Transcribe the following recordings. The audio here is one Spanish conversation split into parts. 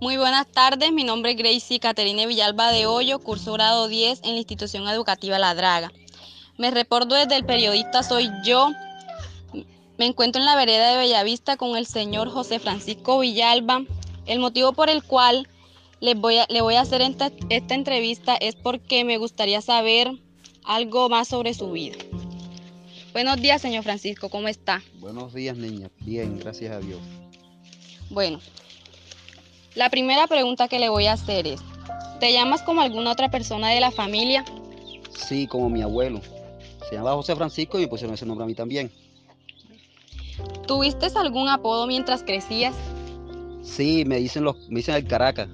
Muy buenas tardes, mi nombre es Gracie Caterine Villalba de Hoyo, curso grado 10 en la institución educativa La Draga. Me reporto desde el periodista Soy Yo. Me encuentro en la vereda de Bellavista con el señor José Francisco Villalba. El motivo por el cual les voy a, le voy a hacer esta, esta entrevista es porque me gustaría saber algo más sobre su vida. Buenos días, señor Francisco, ¿cómo está? Buenos días, niña. Bien, gracias a Dios. Bueno, la primera pregunta que le voy a hacer es, ¿te llamas como alguna otra persona de la familia? Sí, como mi abuelo. Se llamaba José Francisco y me pusieron ese nombre a mí también. ¿Tuviste algún apodo mientras crecías? Sí, me dicen los, me dicen el Caracas,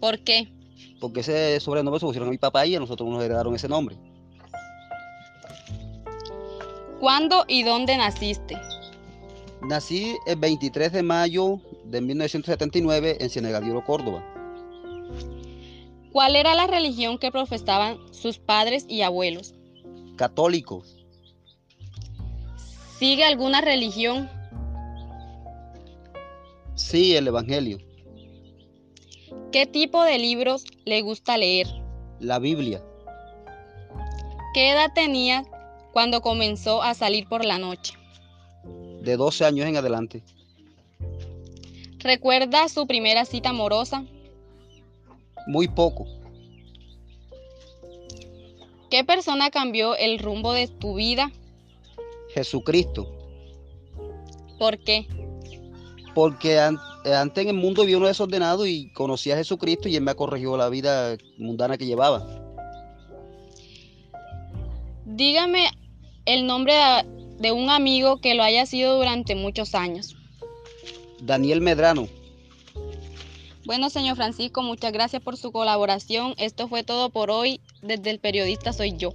¿Por qué? porque ese sobrenombre se pusieron a mi papá y a nosotros nos heredaron ese nombre. ¿Cuándo y dónde naciste? Nací el 23 de mayo de 1979 en Cienegaldiolo, Córdoba. ¿Cuál era la religión que profesaban sus padres y abuelos? Católico. ¿Sigue alguna religión? Sí, el Evangelio. ¿Qué tipo de libros le gusta leer? La Biblia. ¿Qué edad tenías cuando comenzó a salir por la noche? De 12 años en adelante. ¿Recuerda su primera cita amorosa? Muy poco. ¿Qué persona cambió el rumbo de tu vida? Jesucristo. ¿Por qué? Porque an- eh, antes en el mundo vivía uno desordenado y conocí a Jesucristo y él me corrigió la vida mundana que llevaba. Dígame el nombre de- de un amigo que lo haya sido durante muchos años. Daniel Medrano. Bueno, señor Francisco, muchas gracias por su colaboración. Esto fue todo por hoy. Desde el periodista soy yo.